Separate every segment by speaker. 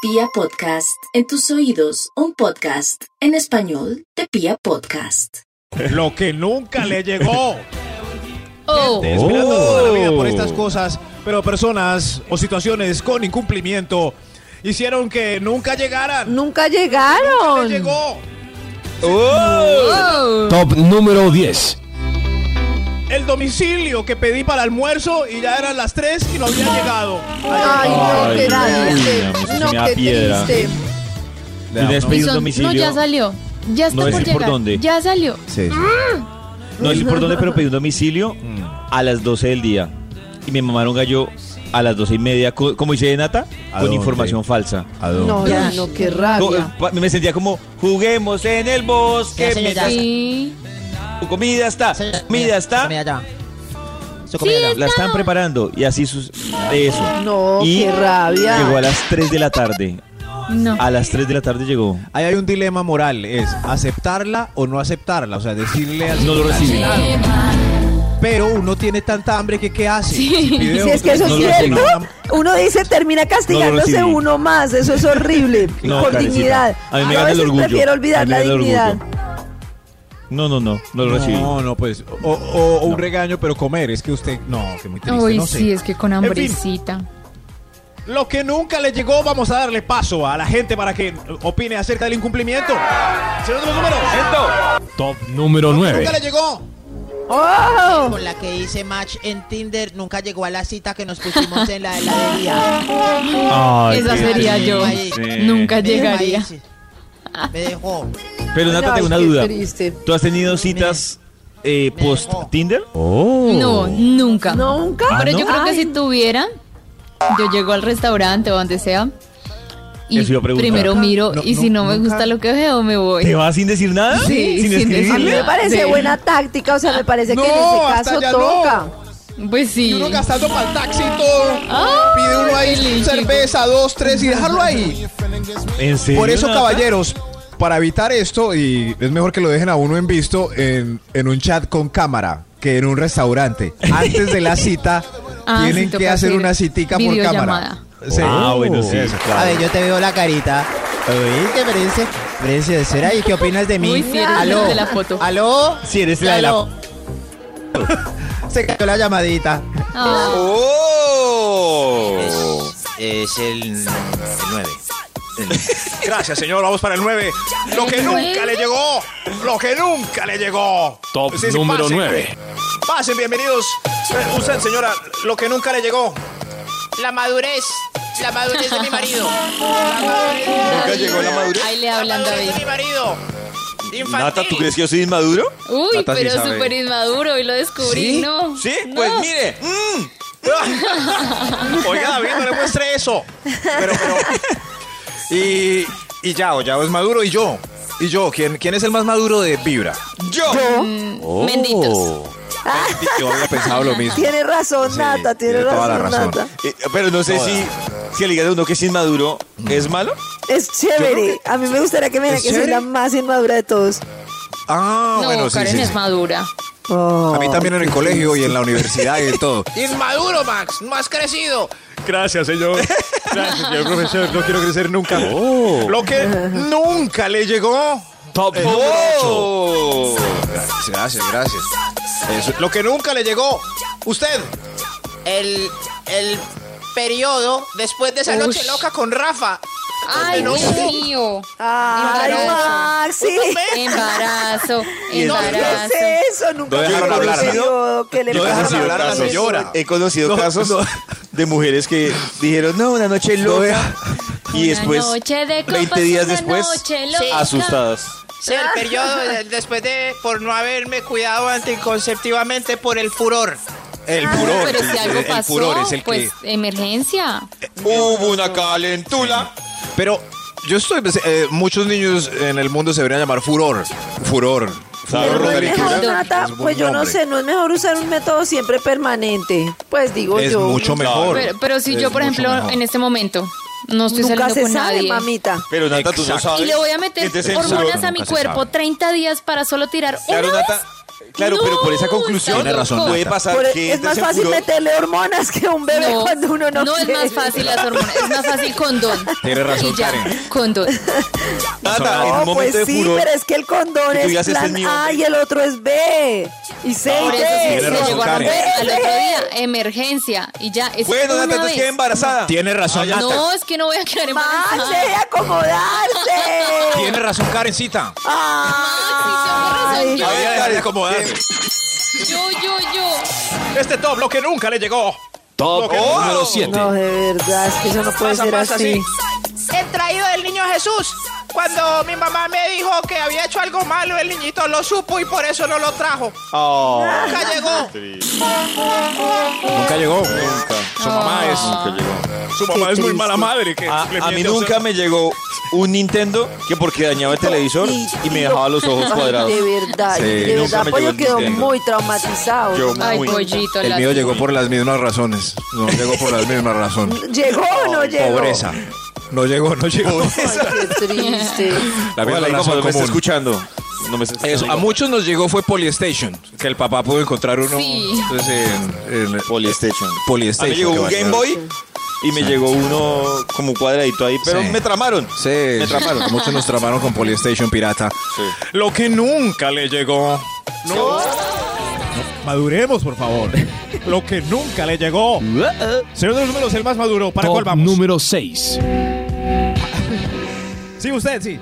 Speaker 1: Pia Podcast, en tus oídos, un podcast en español de Pia Podcast.
Speaker 2: Lo que nunca le llegó.
Speaker 3: Oh,
Speaker 2: Desvelando toda la vida por estas cosas, pero personas o situaciones con incumplimiento hicieron que nunca llegaran.
Speaker 3: nunca
Speaker 2: Nunca
Speaker 3: llegaron.
Speaker 2: le llegó.
Speaker 3: Oh,
Speaker 4: Top número 10.
Speaker 2: El domicilio que pedí para almuerzo y ya eran las 3 y no había llegado.
Speaker 3: Ay, no, qué
Speaker 5: Ay,
Speaker 3: triste.
Speaker 5: uy, a mí eso
Speaker 3: No,
Speaker 5: me da
Speaker 3: qué
Speaker 5: piedra.
Speaker 3: triste.
Speaker 5: Tú debes
Speaker 6: Y
Speaker 5: pedir un
Speaker 6: son-
Speaker 5: domicilio.
Speaker 6: No, ya salió. Ya está
Speaker 5: No
Speaker 6: por
Speaker 5: decir
Speaker 6: llegar.
Speaker 5: por dónde.
Speaker 6: Ya salió.
Speaker 5: No decir por dónde, pero pedí un domicilio
Speaker 4: Mm.
Speaker 5: a las 12 del día. Y me mamaron gallo a las 12 y media, co- como dice Nata,
Speaker 2: ¿A
Speaker 5: con
Speaker 2: dónde?
Speaker 5: información falsa.
Speaker 3: No, no, no, qué
Speaker 5: Co-
Speaker 3: rabia.
Speaker 5: pa- me sentía como, juguemos en el bosque,
Speaker 7: Ya, señor,
Speaker 5: mientras
Speaker 6: Sí.
Speaker 5: tu comida está,
Speaker 7: Sí,
Speaker 5: comida está,
Speaker 7: Comida ya. Su
Speaker 6: Sí,
Speaker 7: comida ya.
Speaker 5: la están preparando. Y así sus... Eso.
Speaker 3: No,
Speaker 5: y
Speaker 3: qué rabia.
Speaker 5: Llegó a las 3 de la tarde.
Speaker 6: No.
Speaker 5: A las 3 de la tarde llegó.
Speaker 2: Ahí hay un dilema moral, es aceptarla o no aceptarla, o sea, decirle al
Speaker 5: No lo recibí.
Speaker 2: Pero uno tiene tanta hambre que ¿qué hace?
Speaker 3: Si es que eso
Speaker 5: No
Speaker 3: es
Speaker 5: lo
Speaker 3: cierto,
Speaker 5: recibí.
Speaker 3: uno dice termina castigándose
Speaker 5: recibí.
Speaker 3: uno más, eso es horrible,
Speaker 5: No,
Speaker 3: por
Speaker 5: Karencita,
Speaker 3: dignidad.
Speaker 5: a mí me
Speaker 3: Yo
Speaker 5: gana el
Speaker 3: veces
Speaker 5: orgullo,
Speaker 3: prefiero
Speaker 5: a
Speaker 3: olvidar
Speaker 5: mí
Speaker 3: la
Speaker 5: me gana el
Speaker 3: dignidad.
Speaker 5: No, no, no, no lo recibí.
Speaker 2: No, no, pues. O, o- o un regaño, pero comer. Es que usted. No, que muy triste.
Speaker 6: Uy,
Speaker 2: este, no sé.
Speaker 6: sí, es que con
Speaker 2: fin.
Speaker 6: hambrecita.
Speaker 2: Lo que nunca le llegó, vamos a darle paso a la gente para que opine acerca del incumplimiento. Señor de los números.
Speaker 4: Top número
Speaker 2: Nunca le
Speaker 4: 9.
Speaker 2: llegó.
Speaker 3: ¡Oh!
Speaker 7: Con la que hice match en Tinder, nunca llegó a la cita que nos pusimos en la heladería.
Speaker 6: Esa
Speaker 7: qué
Speaker 6: sería
Speaker 7: triste.
Speaker 6: yo.
Speaker 5: Sí.
Speaker 6: Nunca
Speaker 7: Me dejó ahí,
Speaker 6: llegaría.
Speaker 7: sí. Me dejó.
Speaker 5: Pero Nata,
Speaker 3: Ay,
Speaker 5: tengo una
Speaker 3: qué
Speaker 5: duda.
Speaker 3: triste.
Speaker 5: ¿Tú has tenido citas eh,
Speaker 7: Me
Speaker 5: post
Speaker 7: dejó.
Speaker 5: Tinder? Oh.
Speaker 6: No, nunca.
Speaker 3: ¿Nunca?
Speaker 6: Ah, Pero yo
Speaker 3: ¿no?
Speaker 6: creo que
Speaker 3: Ay.
Speaker 6: si tuviera, yo llego al restaurante o donde sea. Y
Speaker 5: Eso iba a preguntar.
Speaker 6: primero miro,
Speaker 2: No,
Speaker 6: y si
Speaker 2: no,
Speaker 6: no me
Speaker 2: nunca.
Speaker 6: gusta lo que veo, me voy.
Speaker 5: ¿Te vas sin decir nada?
Speaker 6: Sí,
Speaker 5: sin,
Speaker 3: A mí
Speaker 6: sin
Speaker 5: escribirle.
Speaker 3: me
Speaker 6: decirle.
Speaker 3: parece
Speaker 6: Sí.
Speaker 3: buena táctica, o sea, me parece que en
Speaker 2: No,
Speaker 3: este
Speaker 2: hasta
Speaker 3: caso
Speaker 2: ya no.
Speaker 3: toca.
Speaker 6: Pues sí.
Speaker 2: Y uno gastando para el taxi y todo.
Speaker 6: Ah,
Speaker 2: Pide uno ahí
Speaker 6: qué lindo.
Speaker 2: cerveza, dos, tres y dejarlo ahí.
Speaker 5: ¿En serio,
Speaker 2: Por eso,
Speaker 5: Nata?
Speaker 2: caballeros. Para evitar esto, y es mejor que lo dejen a uno en visto en, en un chat con cámara que en un restaurante. Antes de la cita,
Speaker 6: Ah,
Speaker 2: tienen
Speaker 6: sí,
Speaker 2: que
Speaker 6: toca
Speaker 2: hacer
Speaker 6: hacer
Speaker 2: una citica por cámara.
Speaker 6: videollamada.
Speaker 2: Sí. Uh,
Speaker 5: Ah, bueno, sí, eso,
Speaker 7: A
Speaker 5: claro.
Speaker 7: ver, yo te veo la carita. Uy, qué parece. Parece será. ¿Y qué opinas de mí?
Speaker 6: Uy, sí, eres el de la foto.
Speaker 7: ¿Aló?
Speaker 5: Sí, eres la de la-
Speaker 7: ¿Aló? Se cayó la llamadita.
Speaker 6: Ah.
Speaker 7: Es el 9.
Speaker 2: Gracias, señor. Vamos para el 9. Lo que nunca le llegó. Lo que nunca le llegó.
Speaker 4: Top
Speaker 2: Sí, sí,
Speaker 4: número
Speaker 2: pasen.
Speaker 4: 9.
Speaker 2: Pasen, bienvenidos. Eh, Usted, señora, lo que nunca le llegó.
Speaker 7: La madurez. La madurez de mi marido. La
Speaker 6: Ahí-
Speaker 7: madurez.
Speaker 6: Ahí le hablan David.
Speaker 7: mi marido.
Speaker 5: Nata, ¿tú crees que yo soy inmaduro?
Speaker 6: Uy,
Speaker 5: Nata sí
Speaker 6: pero
Speaker 5: sabe.
Speaker 6: súper inmaduro y lo descubrí, ¿no?
Speaker 5: Sí, pues
Speaker 6: no.
Speaker 5: mire.
Speaker 2: Oiga, David, no le muestre eso. Pero, pero. Y, y Yao, Yao es maduro y yo. Y yo, ¿quién, quién es el más maduro de Vibra?
Speaker 5: Yo.
Speaker 6: Menditos.
Speaker 2: Yo había pensado lo mismo.
Speaker 3: Tiene razón, Nata, tiene,
Speaker 2: tiene
Speaker 3: razón,
Speaker 2: toda la razón.
Speaker 3: Nata.
Speaker 5: Eh, pero no sé si, si ligar a uno que es inmaduro es malo.
Speaker 3: Es chévere. A mí me gustaría que me dijeran
Speaker 2: ¿Es
Speaker 3: que soy
Speaker 2: chévere?
Speaker 3: la más inmadura de todos.
Speaker 2: Ah,
Speaker 6: No,
Speaker 2: bueno, sí,
Speaker 6: Karen
Speaker 2: sí,
Speaker 6: es
Speaker 2: sí.
Speaker 6: madura.
Speaker 3: Oh.
Speaker 2: A mí también en el colegio y en la universidad y en todo.
Speaker 7: Inmaduro, Max. No has crecido.
Speaker 2: Gracias, señor. Gracias, señor profesor. No quiero crecer nunca. Lo que nunca le llegó.
Speaker 5: Top
Speaker 2: Eh, número Gracias, gracias, gracias. Eso, lo que nunca le llegó. Usted.
Speaker 7: El, el periodo después de esa noche loca con Rafa.
Speaker 6: Ay, Dios mío.
Speaker 3: Ay,
Speaker 6: Embarazo.
Speaker 3: Maxi.
Speaker 6: Embarazo.
Speaker 5: Y
Speaker 3: No, ¿qué
Speaker 6: Embarazo.
Speaker 3: es eso? Nunca
Speaker 5: No
Speaker 3: me
Speaker 5: dejaron hablar,
Speaker 3: pareció que le
Speaker 5: Yo
Speaker 2: No
Speaker 5: he
Speaker 2: dejaron
Speaker 3: pasara
Speaker 5: conocido
Speaker 2: hablar a la
Speaker 3: eso.
Speaker 5: casos-
Speaker 2: señora.
Speaker 5: He conocido casos de mujeres que dijeron, no, una noche loca. y
Speaker 6: Una
Speaker 5: después,
Speaker 6: noche de copas,
Speaker 5: 20 días
Speaker 6: una
Speaker 5: después,
Speaker 6: noche loca.
Speaker 5: asustadas.
Speaker 7: Sí, el periodo de- después de por no haberme cuidado anticonceptivamente por el furor.
Speaker 2: El
Speaker 6: Ah,
Speaker 2: furor.
Speaker 6: pero
Speaker 2: sí,
Speaker 6: si algo
Speaker 2: el
Speaker 6: pasó,
Speaker 2: furor es el
Speaker 6: pues
Speaker 2: que.
Speaker 6: emergencia.
Speaker 5: Hubo una calentula.
Speaker 2: Pero yo estoy. eh, muchos niños en el mundo se deberían llamar furor. Furor.
Speaker 3: Pero no es
Speaker 2: Furor.
Speaker 3: mejor, Nata,
Speaker 2: Es un
Speaker 3: pues yo no
Speaker 2: nombre.
Speaker 3: sé, no es mejor usar un método siempre permanente. Pues digo
Speaker 2: Es
Speaker 3: yo.
Speaker 2: mucho mejor.
Speaker 6: Pero, pero si yo,
Speaker 2: Es mucho
Speaker 6: por ejemplo,
Speaker 2: mejor.
Speaker 6: en este momento no estoy
Speaker 3: Nunca
Speaker 6: saliendo
Speaker 3: se
Speaker 6: con
Speaker 3: sabe,
Speaker 6: nadie.
Speaker 3: mamita.
Speaker 5: Pero Nata, tú no
Speaker 2: Exacto.
Speaker 5: sabes.
Speaker 6: Y le voy a
Speaker 2: Este
Speaker 5: que
Speaker 6: meter
Speaker 5: te censuró.
Speaker 6: hormonas a mi
Speaker 2: Nunca se
Speaker 6: cuerpo
Speaker 2: sabe.
Speaker 6: 30 días para solo tirar
Speaker 5: Claro,
Speaker 6: una vez.
Speaker 5: Nata, Claro, pero por esa
Speaker 6: No,
Speaker 5: conclusión
Speaker 6: está loco.
Speaker 5: puede pasar
Speaker 3: Por-
Speaker 5: que
Speaker 3: es más
Speaker 5: entres en
Speaker 3: fácil
Speaker 5: furor.
Speaker 3: meterle hormonas que a un bebé cuando uno no
Speaker 6: es más
Speaker 3: quiere.
Speaker 6: fácil las hormonas, es más fácil condón.
Speaker 2: Tienes razón,
Speaker 6: y ya,
Speaker 2: Karen.
Speaker 6: condón.
Speaker 5: Nata, en
Speaker 3: No,
Speaker 5: un momento
Speaker 3: pues
Speaker 5: de
Speaker 3: sí,
Speaker 5: furor.
Speaker 3: pero es que el condón
Speaker 5: que tú
Speaker 3: es
Speaker 5: digas, este
Speaker 3: plan
Speaker 5: es mío.
Speaker 3: A y el otro es B. Y C y
Speaker 6: Por eso
Speaker 3: D.
Speaker 6: sí,
Speaker 2: Tienes
Speaker 6: se
Speaker 2: razón,
Speaker 6: llegó a
Speaker 2: Karen.
Speaker 6: romper al otro día, emergencia, y ya. Es
Speaker 5: Bueno,
Speaker 6: una
Speaker 5: Nata, entonces
Speaker 6: vez.
Speaker 5: queda embarazada.
Speaker 2: Tiene razón, Nata.
Speaker 6: No, es que no voy a quedar
Speaker 3: Max,
Speaker 6: embarazada.
Speaker 3: debe acomodarse.
Speaker 2: Tiene razón, Karencita.
Speaker 3: Ay,
Speaker 6: Yo,
Speaker 5: ver, Karen,
Speaker 2: acomodarse.
Speaker 6: yo, yo, yo.
Speaker 2: Este top, lo que nunca le llegó.
Speaker 4: Top
Speaker 5: Oh.
Speaker 4: número 7.
Speaker 3: no, de verdad, es que eso no puede
Speaker 7: Pasa,
Speaker 3: ser
Speaker 7: pasa,
Speaker 3: así.
Speaker 7: sí. He traído del niño Jesús. Cuando mi mamá me dijo que había hecho algo malo, el niñito lo supo y por eso no lo trajo. Nunca llegó.
Speaker 2: Nunca llegó. Su mamá es. Su mamá
Speaker 3: Qué
Speaker 2: es muy
Speaker 3: triste.
Speaker 2: mala madre. Que
Speaker 5: A,
Speaker 2: le
Speaker 5: a mí
Speaker 2: miente, o sea,
Speaker 5: nunca me llegó un Nintendo que porque dañaba el televisor y me dejaba los ojos
Speaker 3: Ay,
Speaker 5: cuadrados.
Speaker 3: De verdad,
Speaker 2: Sí,
Speaker 5: nunca
Speaker 3: de verdad,
Speaker 5: me
Speaker 3: Pollo
Speaker 5: llegó el
Speaker 3: quedó
Speaker 5: Nintendo.
Speaker 3: muy traumatizado. Ah,
Speaker 5: Yo
Speaker 6: Ay,
Speaker 5: muy-
Speaker 6: pollito.
Speaker 2: El
Speaker 6: la-
Speaker 2: mío llegó por las mismas razones. No llegó por las mismas razones.
Speaker 3: ¿Llegó o no llegó?
Speaker 2: Pobreza. No llegó, no llegó.
Speaker 3: Qué triste.
Speaker 2: La misma
Speaker 5: Ojalá
Speaker 2: razón
Speaker 5: y como no me esté
Speaker 2: común.
Speaker 5: escuchando. No me esté
Speaker 2: Eso, a
Speaker 5: escuchando.
Speaker 2: muchos nos llegó fue Polystation, que el papá pudo encontrar uno
Speaker 6: Sí.
Speaker 2: entonces, en, en
Speaker 5: Polystation. A
Speaker 2: Polystation.
Speaker 5: mí me llegó
Speaker 2: que
Speaker 5: un
Speaker 2: vale.
Speaker 5: Game Boy y me llegó uno como un cuadradito ahí, pero
Speaker 2: Sí.
Speaker 5: me tramaron.
Speaker 2: Sí, me tramaron. Muchos nos tramaron con Polystation pirata. Lo que nunca le llegó.
Speaker 8: Maduremos, por favor. Lo que nunca le llegó. Señor de los números, el más maduro. ¿Para cuál
Speaker 4: Top
Speaker 8: vamos?
Speaker 4: número 6.
Speaker 8: Sí, usted, sí.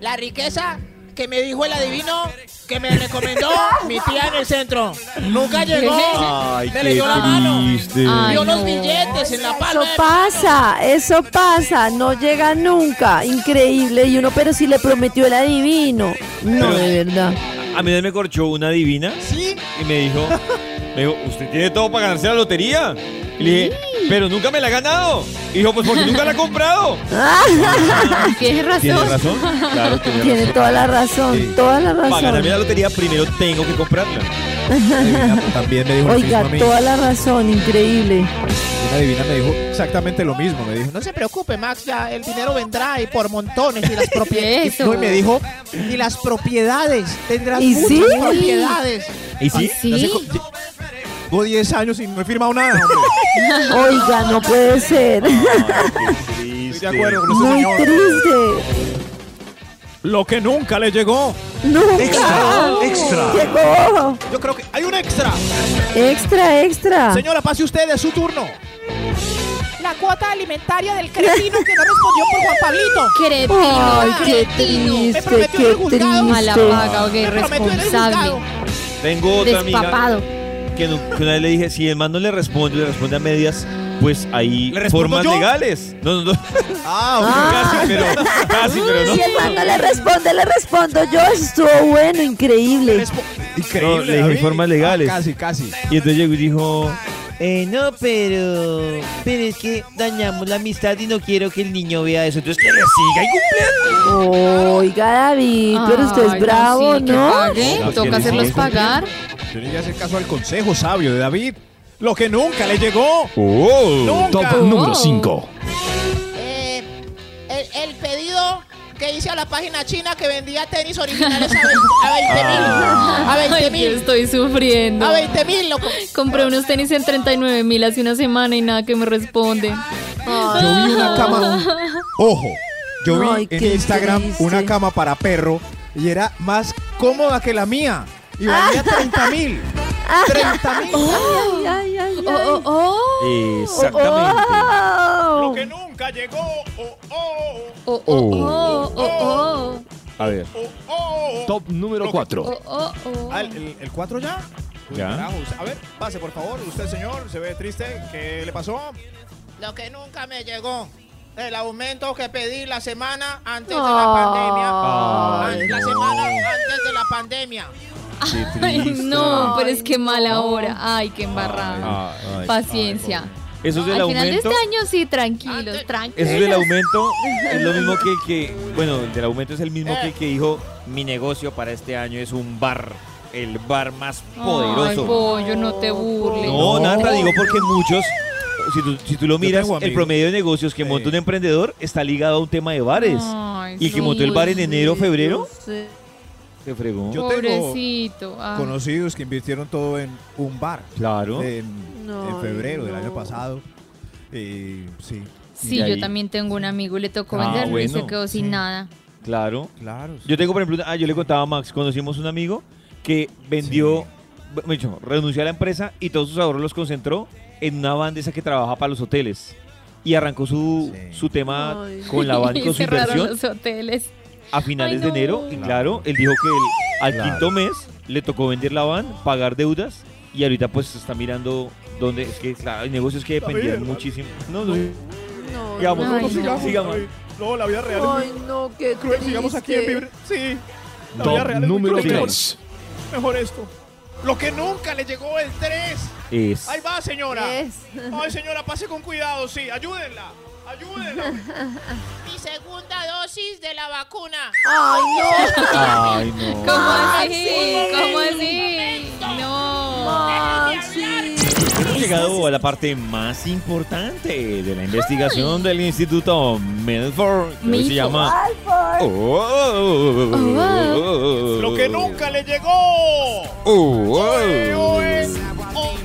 Speaker 7: La riqueza que me dijo el adivino que me recomendó mi tía en el centro. Nunca llegó.
Speaker 5: Ay,
Speaker 7: Me leyó la mano.
Speaker 6: Ay,
Speaker 7: Vio los
Speaker 6: no.
Speaker 7: billetes en la
Speaker 3: Eso
Speaker 7: palma. del-
Speaker 3: pasa, eso pasa, no llega nunca, increíble. Y uno, pero si le prometió el adivino. No,
Speaker 5: Pero-
Speaker 3: de verdad.
Speaker 5: A mí me corchó una divina y me dijo, me dijo, ¿usted tiene todo para ganarse la lotería? Y le dije, pero nunca me la ha ganado. Y dijo, pues porque nunca la ha comprado.
Speaker 6: Tienes razón.
Speaker 5: ¿Tiene razón? Claro, tiene razón.
Speaker 3: Tiene toda la razón, toda la
Speaker 5: Para ganarme la
Speaker 3: razón.
Speaker 5: lotería primero tengo que comprarla.
Speaker 8: También me dijo lo mismo a
Speaker 3: Oiga,
Speaker 8: mí.
Speaker 3: toda la razón, increíble.
Speaker 8: Una divina me dijo exactamente lo mismo. Me dijo,
Speaker 7: No se preocupe, Max, ya el dinero vendrá y por montones y las propiedades.
Speaker 6: Eso.
Speaker 7: y me dijo, y las propiedades, tendrás
Speaker 3: ¿Y
Speaker 7: muchas
Speaker 3: sí?
Speaker 7: propiedades.
Speaker 5: ¿Y sí?
Speaker 6: Sí.
Speaker 8: tengo 10 años y no he firmado nada. hombre".
Speaker 3: Oiga, no puede ser.
Speaker 8: Estoy de acuerdo con usted,
Speaker 3: Muy
Speaker 8: señor.
Speaker 3: triste.
Speaker 8: Lo que nunca le llegó.
Speaker 3: Nunca.
Speaker 8: extra.
Speaker 3: Llegó.
Speaker 8: Yo creo que hay un extra.
Speaker 3: Extra, extra.
Speaker 8: Señora, pase usted, es su turno.
Speaker 7: La cuota alimentaria del cretino que no respondió por Juan Pablito.
Speaker 6: Cretino,
Speaker 3: Ay, qué
Speaker 6: cretino.
Speaker 3: triste,
Speaker 7: prometió
Speaker 3: qué
Speaker 7: el juzgado.
Speaker 6: Mala
Speaker 3: triste.
Speaker 6: paga, ok,
Speaker 7: Me prometió en el juzgado.
Speaker 6: responsable.
Speaker 5: Tengo otra amiga
Speaker 6: Despapado.
Speaker 5: que, no- que una vez le dije, si el man no le responde, le responde a medias, pues hay
Speaker 8: ¿Le respondo
Speaker 5: formas
Speaker 8: yo?
Speaker 5: legales. No, no, no.
Speaker 3: Ah.
Speaker 5: Casi, pero, casi, pero no.
Speaker 3: Si el man no le responde, le respondo yo. Eso estuvo bueno, increíble.
Speaker 8: Increíble.
Speaker 5: No, le dije
Speaker 8: David.
Speaker 5: formas legales.
Speaker 8: Ah, casi, casi.
Speaker 5: Y entonces llegó y dijo,
Speaker 9: Eh, no, pero. Pero es que dañamos la amistad y no quiero que el niño vea eso. Entonces, que le siga y
Speaker 3: Oiga, David, pero usted es
Speaker 6: Ay,
Speaker 3: bravo,
Speaker 6: sí, que
Speaker 3: ¿no?
Speaker 6: pague,
Speaker 5: No, que
Speaker 6: Toca
Speaker 5: le
Speaker 6: hacerlos
Speaker 5: sigue cumpliendo.
Speaker 6: pagar.
Speaker 8: Yo le voy a hacer caso al consejo sabio de David. Lo que nunca le llegó.
Speaker 9: ¡uh!
Speaker 8: Nunca.
Speaker 4: Top
Speaker 8: Oh.
Speaker 4: número 5.
Speaker 7: Eh, el, el pedido que hice a la página china que vendía tenis originales a veinte- a 20
Speaker 6: Ay,
Speaker 7: mil.
Speaker 6: yo estoy sufriendo.
Speaker 7: A 20 mil, loco.
Speaker 6: Compré unos tenis en 39 mil hace una semana y nada que me responde.
Speaker 8: Yo vi una cama. Ah. Ojo, yo vi
Speaker 3: Ay,
Speaker 8: en
Speaker 3: qué
Speaker 8: Instagram
Speaker 3: triste.
Speaker 8: una cama para perro y era más cómoda que la mía. Y valía 30 mil. 30 mil.
Speaker 3: Ay, ay, ay, ay.
Speaker 6: Oh, oh,
Speaker 5: exactamente.
Speaker 3: Oh.
Speaker 8: nunca llegó. Oh, oh,
Speaker 6: oh, oh, oh, oh, oh,
Speaker 5: A ver,
Speaker 8: oh, oh.
Speaker 4: Top número 4.
Speaker 6: oh, oh, oh.
Speaker 8: Ah, ¿El 4 ya? Uy,
Speaker 5: Ya.
Speaker 8: carajo, usted- A ver, pase por favor. Usted, señor, se ve triste. ¿Qué le pasó?
Speaker 7: Lo que nunca me llegó. El aumento que pedí la semana antes de la
Speaker 5: Ah,
Speaker 7: pandemia.
Speaker 3: Ay,
Speaker 7: An- la semana antes de la pandemia.
Speaker 6: Ay, no, pero es que mala hora. Ay, qué embarrada. Paciencia.
Speaker 5: eso es del
Speaker 6: Al final de
Speaker 5: aumento.
Speaker 6: este año sí, tranquilos, tranquilos.
Speaker 5: Eso del aumento es lo mismo que el que, bueno, el del aumento es el mismo que el que dijo, mi negocio para este año es un bar, el bar más
Speaker 6: Ay,
Speaker 5: poderoso.
Speaker 6: pollo, no te burles.
Speaker 5: No, Nata, digo porque muchos, si tú, si tú lo miras,
Speaker 8: tengo
Speaker 5: el
Speaker 8: amigos.
Speaker 5: promedio de negocios que
Speaker 8: Sí.
Speaker 5: monta un emprendedor está ligado a un tema de bares.
Speaker 6: Ay,
Speaker 5: Y el que
Speaker 6: sí.
Speaker 5: montó el bar en enero, febrero, Se fregó.
Speaker 2: Yo tengo
Speaker 6: Pobrecito. ah.
Speaker 2: conocidos que invirtieron todo en un bar.
Speaker 5: claro.
Speaker 2: En,
Speaker 3: No,
Speaker 2: en febrero del
Speaker 3: no.
Speaker 2: año pasado. Y sí,
Speaker 6: Sí,
Speaker 5: Y
Speaker 6: yo
Speaker 5: ahí-
Speaker 6: también tengo un amigo, le tocó
Speaker 5: Ah,
Speaker 6: venderlo y se
Speaker 5: bueno,
Speaker 6: quedó sin
Speaker 2: sí.
Speaker 6: nada.
Speaker 5: Claro.
Speaker 2: claro. sí.
Speaker 5: Yo tengo, por ejemplo, una- ah, yo le contaba a Max, conocimos un amigo que vendió, bueno, me dijo, renunció a la empresa y todos sus ahorros los concentró en una banda esa que trabaja para los hoteles. Y arrancó su,
Speaker 2: Sí.
Speaker 5: su tema
Speaker 3: Ay.
Speaker 5: con la banda,
Speaker 6: y
Speaker 5: con su
Speaker 6: cerraron
Speaker 5: inversión
Speaker 6: los hoteles.
Speaker 5: a finales
Speaker 6: Ay,
Speaker 5: de
Speaker 6: no.
Speaker 5: enero. Y claro, él dijo que él, al quinto mes le tocó vender la van, pagar deudas y ahorita pues está mirando dónde es que claro, hay negocios que dependían muchísimo. No, no,
Speaker 3: No,
Speaker 5: digamos,
Speaker 6: Ay, no.
Speaker 5: sigamos, sigamos.
Speaker 2: No, la vida
Speaker 3: Ay, no, qué triste.
Speaker 2: Sí. Oh.
Speaker 4: Top número
Speaker 5: cruel.
Speaker 4: 3.
Speaker 2: Mejor esto. Lo que nunca le llegó el 3.
Speaker 5: Es
Speaker 2: Ahí va, señora.
Speaker 3: Es.
Speaker 2: Ay, señora, pase con cuidado, sí. Ayúdenla. Ayúdenla.
Speaker 7: Mi segunda dosis de la vacuna.
Speaker 3: Ay, no.
Speaker 5: Ay, no.
Speaker 6: ¿Cómo
Speaker 3: Ah,
Speaker 6: así?
Speaker 3: sí.
Speaker 6: ¿Cómo así? No.
Speaker 3: Maxi.
Speaker 5: Hemos llegado a la parte más importante de la investigación del Instituto Milford, que se
Speaker 6: Milford.
Speaker 5: llama...
Speaker 6: Oh,
Speaker 5: Oh.
Speaker 2: Lo que nunca le llegó.
Speaker 5: Oh.
Speaker 2: Oe, oe, o-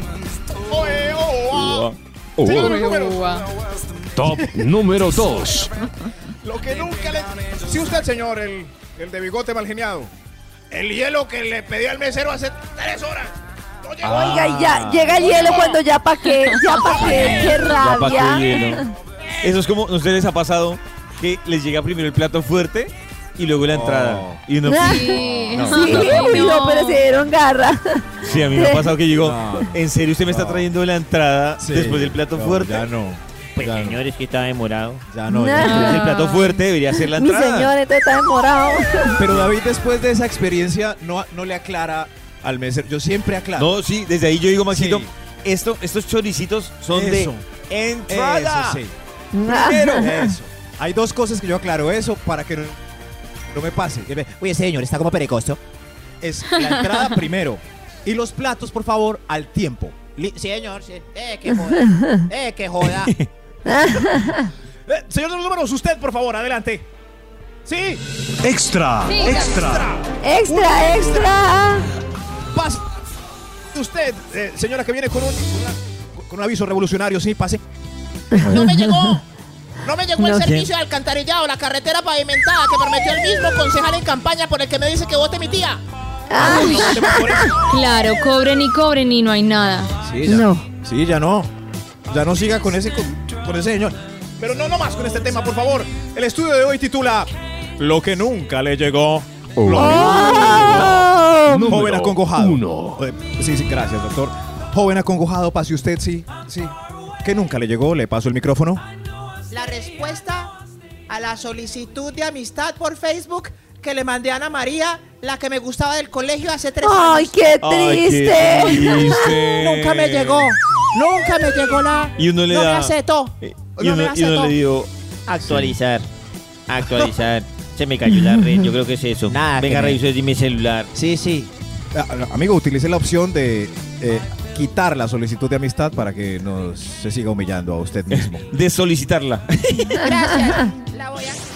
Speaker 2: oe, oa.
Speaker 5: Oh. Oh.
Speaker 2: Señor número.
Speaker 6: Uva.
Speaker 4: Top número 2.
Speaker 2: Lo que nunca le. Si usted, señor, el, el de bigote mal geniado. El hielo que le pedí al mesero hace tres horas. No llegó.
Speaker 3: Oiga, y ya llega el hielo cuando ya pa' qué, ya pa' qué, qué
Speaker 5: Ah. Ya pasó
Speaker 3: rabia.
Speaker 5: el hielo. Eso es como, ¿no se les ha pasado que les llega primero el plato fuerte y luego la entrada? Y uno,
Speaker 6: Sí.
Speaker 5: No,
Speaker 3: Sí,
Speaker 6: Ay,
Speaker 3: uy, no, pero se dieron garra.
Speaker 5: sí, a mí me ha pasado que llegó,
Speaker 10: No.
Speaker 5: ¿en serio usted me está
Speaker 10: No.
Speaker 5: trayendo la entrada
Speaker 10: Sí.
Speaker 5: Ah, después del plato
Speaker 10: No,
Speaker 5: fuerte?
Speaker 10: Ya no.
Speaker 5: Pues
Speaker 10: ya no.
Speaker 5: señores, que estaba demorado.
Speaker 10: Ya no.
Speaker 3: Nah.
Speaker 10: ya no.
Speaker 5: Entonces, el plato fuerte debería ser la
Speaker 3: Mi
Speaker 5: entrada.
Speaker 3: señor, esto está demorado.
Speaker 2: Pero David, después de esa experiencia, no, no le aclara al mesero. Yo siempre aclaro.
Speaker 5: No, sí, desde ahí yo digo, Maxito,
Speaker 2: Sí.
Speaker 5: esto, estos choricitos son
Speaker 2: Eso.
Speaker 5: de entrada.
Speaker 2: Eso sí. Pero eso. Hay dos cosas que yo aclaro eso para que no, no me pase. Oye, señor, está como perecoso. Es la entrada primero. Y los platos, por favor, al tiempo.
Speaker 11: Li- señor, sí. eh, que joda. Eh, que joda.
Speaker 2: Eh, señor de los números, usted, por favor, adelante. Sí,
Speaker 4: Extra, extra.
Speaker 3: Extra, extra.
Speaker 2: pase. Usted, eh, señora que viene con un, con un aviso revolucionario, sí, pase.
Speaker 7: No me llegó. No me llegó el
Speaker 3: No, ¿quién?
Speaker 7: servicio de alcantarillado, la carretera pavimentada que prometió el mismo concejal en campaña por el que me dice que vote mi tía. Ah.
Speaker 3: Ay,
Speaker 6: Claro, cobren y cobren y no hay nada.
Speaker 2: Sí,
Speaker 3: no.
Speaker 2: Sí, ya no. Ya no siga con ese, con, con ese señor. Pero no nomás con este tema, por favor. El estudio de hoy titula Lo que nunca le llegó. Lo
Speaker 5: Ah.
Speaker 3: Oh,
Speaker 2: que- Joven
Speaker 4: Número
Speaker 2: acongojado.
Speaker 4: uno.
Speaker 2: Eh, Sí, sí, gracias, doctor. Joven acongojado, pase usted, sí, sí. Que nunca le llegó, le paso el micrófono.
Speaker 7: La respuesta a la solicitud de amistad por Facebook que le mandé a Ana María, la que me gustaba del colegio hace tres
Speaker 3: ay,
Speaker 7: años.
Speaker 3: qué
Speaker 5: Ay, qué
Speaker 3: triste.
Speaker 5: triste.
Speaker 7: Nunca me llegó. Nunca me llegó la.
Speaker 5: Y uno le
Speaker 7: no
Speaker 5: da- eh,
Speaker 7: me aceptó.
Speaker 5: Y
Speaker 7: No
Speaker 5: uno, y
Speaker 7: me
Speaker 5: uno
Speaker 7: aceptó.
Speaker 5: le dio,
Speaker 11: Actualizar. Actualizar. Se me cayó la red, yo creo que es eso. Nada, Venga, que me- reviso desde mi celular. Sí, sí.
Speaker 2: Ah, ah, Amigo, utilice la opción de eh, quitar la solicitud de amistad para que no se siga humillando a usted mismo.
Speaker 5: de solicitarla.
Speaker 7: Gracias. La voy a